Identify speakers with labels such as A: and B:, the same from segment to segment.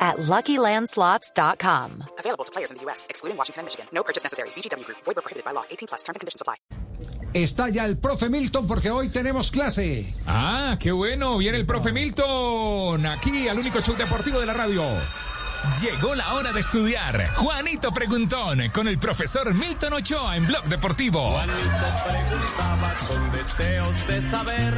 A: at LuckyLandSlots.com.
B: Available to players in the U.S., excluding Washington and Michigan. No purchase necessary. VGW Group. Void where prohibited by law. 18 plus. Terms and conditions apply.
C: Está ya el profe Milton porque hoy tenemos clase.
D: Ah, qué bueno. Viene el profe Milton aquí al único show deportivo de la radio. Llegó la hora de estudiar. Juanito Preguntón con el profesor Milton Ochoa en Blog Deportivo.
E: Juanito preguntaba con deseos de saber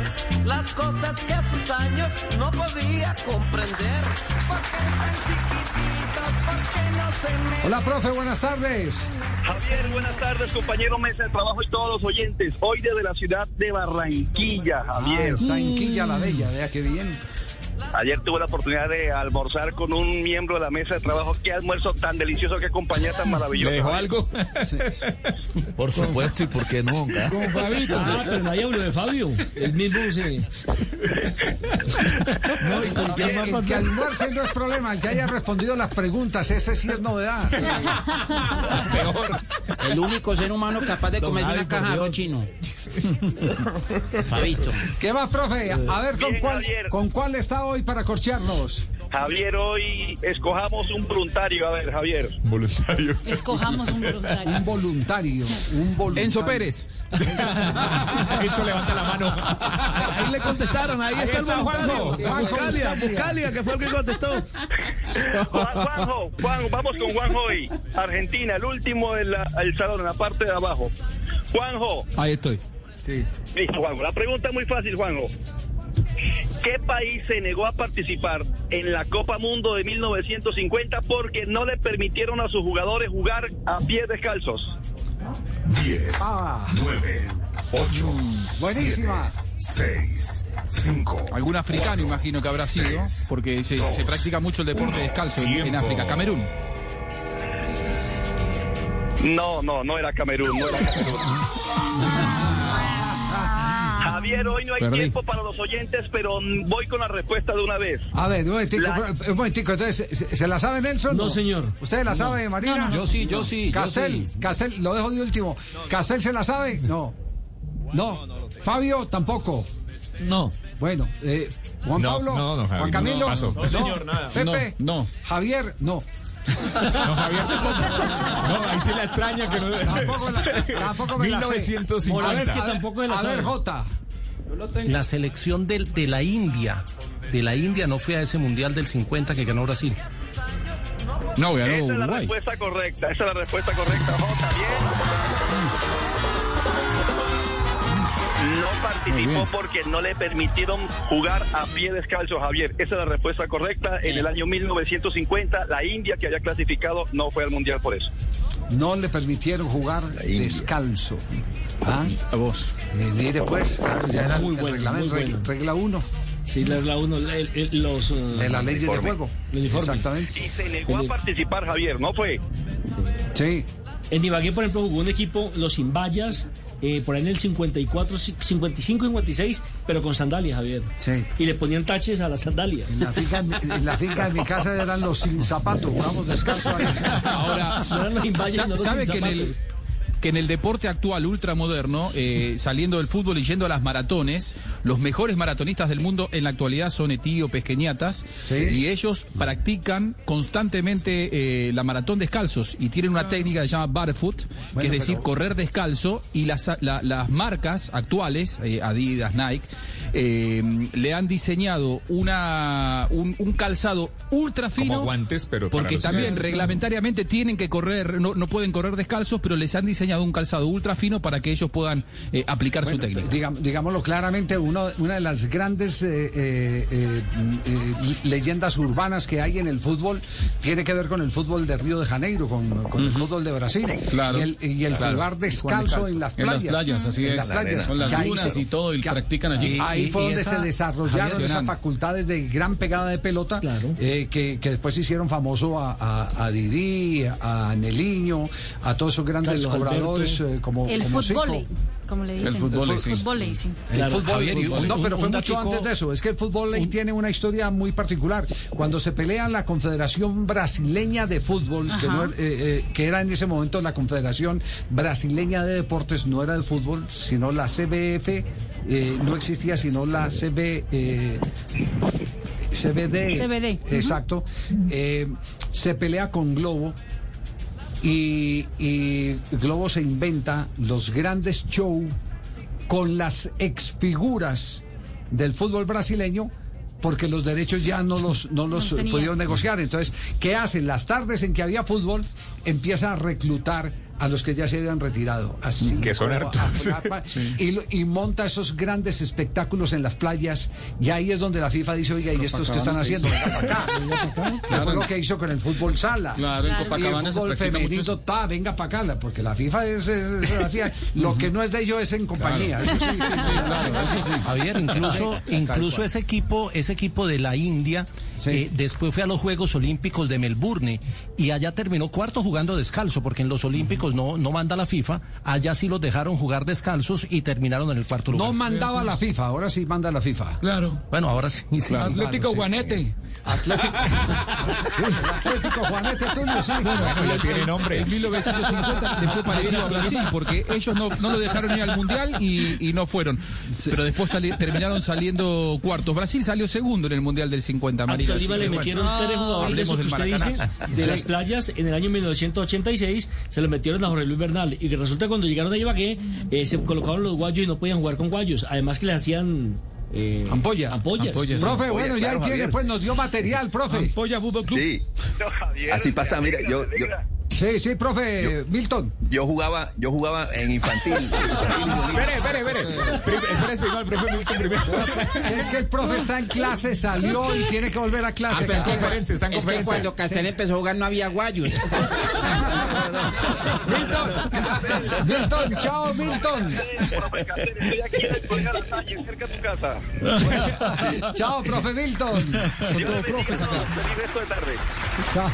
E: las cosas que a sus años no podía comprender. ¿Por qué es tan chiquitito? ¿Por qué no se me...
C: Hola, profe, buenas tardes.
F: Javier, buenas tardes, compañero Mesa de Trabajo y todos los oyentes. Hoy desde la ciudad de Barranquilla,
C: Ah,
F: Javier.
C: está en Quilla la Bella, vea qué bien.
F: Ayer tuve la oportunidad de almorzar con un miembro de la mesa de trabajo. Qué almuerzo tan delicioso, qué compañía tan
D: ¿Le
F: maravillosa.
D: dejó algo?
G: Por supuesto, y por qué nunca.
H: Con Fabito. Ah, pero nadie habló de Fabio. El mismo se...
G: No, y con
C: El,
G: qué más
C: el Eh, que
G: pasar.
C: almuerce no es problema, el que haya respondido las preguntas, ese sí es novedad.
D: Peor.
I: El único ser humano capaz de
G: Don
I: comerse
G: Javi,
I: una
G: por
I: caja de arroz
G: Dios.
I: chino. Fabito.
C: ¿Qué más, profe? A ver con
F: Bien,
C: cuál,
F: Javier.
C: con cuál está hoy para corchearnos.
F: Javier, hoy escojamos un voluntario. A ver, Javier.
D: Voluntario.
J: Escojamos un voluntario.
C: Un voluntario, un voluntario.
H: Enzo Pérez.
D: Eso levanta la mano.
G: Ahí le contestaron, ahí está el
D: está
G: voluntario.
D: Juanjo.
C: Juanjo
G: Buscalia,
C: Buscalia.
G: Buscalia, que fue el que contestó.
F: Juan- Juanjo, Juan, vamos con Juanjo hoy. Argentina, el último del el salón, en la parte de abajo. Juanjo,
H: Ahí estoy.
F: Listo, Juanjo. La pregunta es muy fácil, Juanjo. ¿Qué país se negó a participar en la Copa Mundo de 1950 porque no le permitieron a sus jugadores jugar a pies descalzos?
E: 10,
C: Ah.
E: 9, 8,
C: Mm, Buenísima.
E: 6, 5.
H: Algún africano imagino que habrá sido,
E: tres,
H: porque se,
E: dos,
H: se practica mucho el deporte
E: uno,
H: descalzo en, en
E: tiempo.
H: África. Camerún.
F: No, no, no era Camerún, no era Camerún. Javier, hoy no hay
H: Perdí.
F: tiempo para los oyentes, pero mm, voy con la respuesta de una vez.
C: A ver, un momentico,
F: La-
C: profe, un momentico. Entonces, ¿se, se la sabe Nelson?
H: No, señor.
C: ¿Usted la sabe, Marina?
J: No, no, no. Yo
G: sí, yo sí, yo
C: Castel, Castel, lo dejo de último. ¿Castel se la sabe? No. No. Fabio tampoco.
H: No.
C: Bueno, eh, Juan
D: No,
C: Pablo,
D: no, don Javi,
C: Juan
D: no,
C: Camilo,
D: paso. No,
C: señor, nada. Pepe,
H: No, no.
C: Javier, no.
D: No, Javier tampoco. No, ahí sí la extraña que no.
C: Tampoco, la, tampoco me la sé. A ver,
D: 1950.
H: que tampoco se la
C: a ver,
H: sabe.
C: Jota.
I: La selección de, de la India. De la India no fue a ese mundial del 50 que ganó Brasil.
H: No,
F: Esa es
H: ganó
F: la
H: Uruguay.
F: respuesta correcta, esa es la respuesta correcta, Jota, bien. No participó porque no le permitieron jugar a pie descalzo, Javier. Esa es la respuesta correcta. En el año 1950, la India, que había clasificado, no fue al Mundial por eso.
C: No le permitieron jugar
G: India.
C: descalzo. ¿Ah?
H: A vos.
C: Eh, Mire, pues, claro, ya era
H: Muy
C: el
H: bueno,
C: reglamento,
H: muy
C: reg-
H: bueno.
C: regla 1
H: Sí, la, la uno, el- el- los... eh,
C: de las leyes de juego.
H: El uniforme.
C: Exactamente.
F: Y se negó a
H: Sí.
F: participar, Javier, ¿no fue?
C: Sí.
J: En Ibagué, por ejemplo, jugó un equipo, los Imbayas, eh, por ahí en el 54, 55, 56, pero con sandalias, Javier.
C: Sí.
J: Y le ponían taches a las sandalias.
C: En la, finca, en la finca de mi casa eran los sin zapatos, vamos descalzo. ahí.
H: Ahora,
J: No eran los Imbayas,
H: sa-
J: no los
H: ¿sabe que en,
J: zapatos.
H: el, que en el deporte actual ultramoderno, eh, saliendo del fútbol y yendo a las maratones, los mejores maratonistas del mundo en la actualidad son etíopes, keniatas,
C: Sí.
H: y ellos practican constantemente eh, la maratón descalzos y tienen una técnica que se llama barefoot, que es decir, correr descalzo, y las, la- las marcas actuales, eh, Adidas, Nike, eh, le han diseñado una, un, un calzado ultra fino.
D: Como guantes, pero para
H: Porque
D: los
H: también
D: pies.
H: reglamentariamente tienen que correr, no, no pueden correr descalzos, pero les han diseñado un calzado ultra fino para que ellos puedan eh, aplicar su técnica.
C: Digam- digámoslo claramente, uno- una de las grandes eh, eh, eh, mm, eh, l- leyendas urbanas que hay en el fútbol tiene que ver con el fútbol de Río de Janeiro, con, con el fútbol de Brasil.
H: Claro.
C: y el, y el
H: Claro.
C: jugar descalzo, en las
H: En
C: playas.
H: las playas, así
C: En
H: es.
C: las playas.
H: Son
C: Que
H: las
C: ahí
H: dunas
C: se-
H: y todo, y
C: que-
H: practican allí.
C: Ahí fue donde se desarrollaron esas
H: Impresionante.
C: facultades de gran pegada de pelota
J: Claro.
C: eh, que, que después hicieron famoso a, a- a Didi, a Neliño, a todos esos grandes
J: Carlos
C: cobradores jugadores eh, como
K: El
C: como cinco.
K: fútbol, como le dicen.
C: fútbol,
K: El
C: sí.
K: fútbol, sí.
C: El
I: Claro,
C: fútbol,
I: Javier, y un-
C: no, pero
I: un-
C: fue
I: un
C: mucho
I: datico-
C: antes de eso. Es que el fútbol ahí tiene una historia muy particular. Cuando se pelea la Confederación Brasileña de Fútbol, que,
K: Ajá.
C: no era- eh, eh, que era en ese momento la Confederación Brasileña de Deportes, no era de fútbol, sino la CBF, eh, no existía sino la CB. eh, CBD.
K: CBD, ujú.
C: Exacto. Eh, se pelea con Globo. Y, y Globo se inventa los grandes show con las exfiguras del fútbol brasileño porque los derechos ya no los no los
K: tenía.
C: pudieron negociar. Entonces, ¿qué hacen? Las tardes en que había fútbol empieza a reclutar a los que ya se habían retirado. Así
D: Que son
C: como a
D: hartos.
C: Colapa, y, lo- y monta esos grandes espectáculos en las playas y ahí es donde la FIFA dice, oiga, ¿y estos qué están
H: Copacabana se
C: haciendo?
H: hizo.
C: Venga para acá. Que fue lo que hizo con el fútbol sala.
H: Claro, en
C: Y el
H: Copacabana se
C: fútbol
H: practica mucho
C: femenino,
H: eso.
C: ta, venga para acá, la- porque la FIFA es, es- es la FIFA. Lo que no es de ellos es en compañía. Eso sí, sí, sí.
I: Javier, incluso, incluso ese equipo, ese equipo de la India,
C: Sí.
I: eh, después fue a los Juegos Olímpicos de Melbourne y allá terminó cuarto jugando descalzo, porque en los Olímpicos no, no manda la FIFA, allá sí los dejaron jugar descalzos y terminaron en el cuarto lugar.
C: No mandaba la FIFA, ahora sí manda la FIFA.
D: Claro.
I: Bueno, ahora sí. sí, sí.
D: Atlético Guanete.
C: Atlético. Uy, Atlético Juanete Tulio, sí.
D: ya tiene nombre.
H: En 1950 le fue parecido a Brasil, porque ellos no, no lo dejaron ir al Mundial y, y no fueron. Pero después sali- terminaron saliendo cuartos. Brasil salió segundo en el Mundial del 50,
J: Al
H: Marina.
J: Tolima
H: así
J: le
H: que bueno.
J: metieron tres jugadores de
H: Hablemos
J: esos que
H: del
J: usted dice,
H: Maracaná.
J: de las playas, en el año 1986 se le metieron a Jorge Luis Bernal y que resulta que cuando llegaron a Ibagué eh, se colocaron los guayos y no podían jugar con guayos, además que les hacían eh,
C: Ampolla.
J: ampollas.
C: Profe, bueno, ya
G: claro,
C: ahí tiene,
G: Javier.
C: pues nos dio material, profe.
I: Ah,
H: Ampolla Fútbol Club.
G: Sí,
F: No, Javier,
G: así pasa.
F: se
G: Mira,
F: alegra,
G: yo,
F: se
G: yo,
F: alegra.
C: Sí, sí, profe Milton.
G: yo jugaba, yo jugaba en infantil.
D: Espere, espere, espere. Prim- Espere, espere, el profe Milton primero.
C: Es que el profe está en clase, salió y tiene que volver a clase.
D: Está en conferencia, está en conferencia.
E: Castel empezó a jugar no había guayos.
C: Milton. Milton, chao, Milton.
F: Profe Cáceres, Estoy aquí en el Colegio de la Salle, cerca de tu casa.
C: Chao, profe Milton.
F: Dios los bendiga a todos. Feliz resto de tarde.
C: Chao.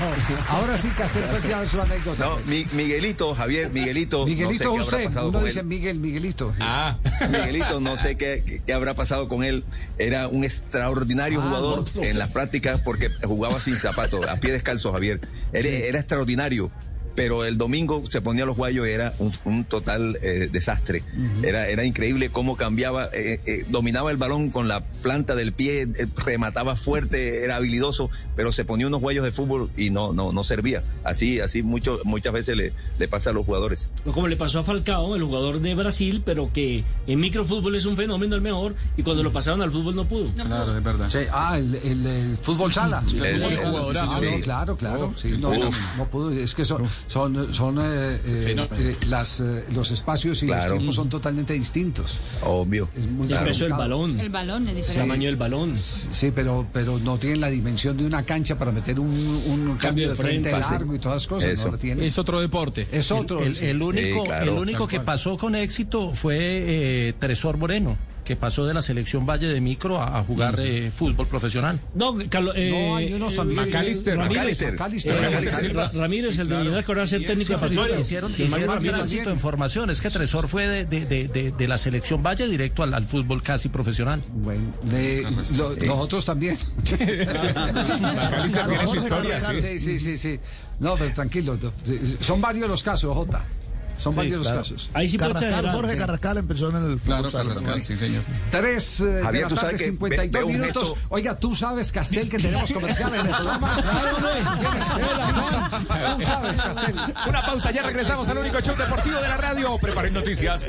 C: Ahora sí, Castel, cuéntame su anécdota.
G: No, Mi- Miguelito, Javier, Miguelito,
C: Miguelito,
G: no sé qué habrá
C: usted.
G: pasado
C: Uno
G: con
C: dice
G: él.
C: Miguel, Miguelito.
D: Ah.
G: Miguelito, no sé qué, qué habrá pasado con él. Era un extraordinario
C: Ah,
G: jugador
C: otro.
G: en las prácticas porque jugaba sin zapatos, a pie descalzo, Javier. Era, era extraordinario. Pero el domingo se ponía los guayos, era un, un total eh, desastre. era, era increíble cómo cambiaba, eh, eh, dominaba el balón con la planta del pie, eh, remataba fuerte, era habilidoso, pero se ponía unos guayos de fútbol y no, no, no servía. Así, así mucho, muchas veces le, le pasa a los jugadores.
J: No como le pasó a Falcao, el jugador de Brasil, pero que en microfútbol es un fenómeno el mejor y cuando lo pasaron al fútbol no pudo.
C: Sí, ah, el, el, el fútbol sala.
G: el- el-
C: Ah, no,
G: sí, sí, sí.
C: claro, claro. sí, no, no,
G: Uf.
C: no pudo. Es que son, son, son eh, eh, eh, las, eh, los espacios y
G: Claro.
C: los tiempos son totalmente distintos.
G: Obvio.
C: Es muy
J: El peso del
C: complicado.
J: balón,
K: El
J: el
K: balón es diferente.
J: tamaño del balón.
C: Sí, pero, pero no tienen la dimensión de una cancha para meter un, un cambio, de frente,
J: frente.
C: largo y todas las cosas.
G: Eso.
C: No la tienen.
H: Es otro deporte.
C: Es otro.
I: El, el único,
G: Sí, claro.
I: el único que pasó con éxito fue eh, Tresor Moreno, que pasó de la selección Valle de Micro a, a jugar eh, fútbol profesional.
J: No, Carlos, eh,
C: no, hay unos también.
D: McAllister,
J: Ramírez,
G: McAllister.
C: McAllister.
J: Eh,
D: Ramírez
J: Ra-
D: Silva.
J: Ramírez, el de Millonarios, que ahora va a ser técnico de Pactual.
I: hicieron
J: Y Manuel
I: hicieron
J: Ramírez
I: tránsito
C: también.
I: en formación. Es que Tresor fue de, de- de- de- de la selección Valle directo al, al fútbol casi profesional.
C: Bueno, le- lo-
G: Eh.
C: nosotros también.
D: McAllister tiene su historia, sí.
C: sí. Sí, sí, sí. No, pero tranquilo. no, Son varios los casos, Jota. Son varios
I: claro.
C: los casos.
J: Ahí sí puede exagerar.
E: Carrascal empezó en el fútbol.
H: sí, señor.
C: Tres eh, de
G: Javier,
C: la
G: tú
C: tarde,
G: sabes que
C: 52
G: ve- veo un
C: minutos.
G: gesto-
C: Oiga, tú sabes, Castel, que tenemos comercial en el programa. Tú sabes, Castel.
D: Una pausa, ya regresamos al único show deportivo de la radio. Preparen noticias.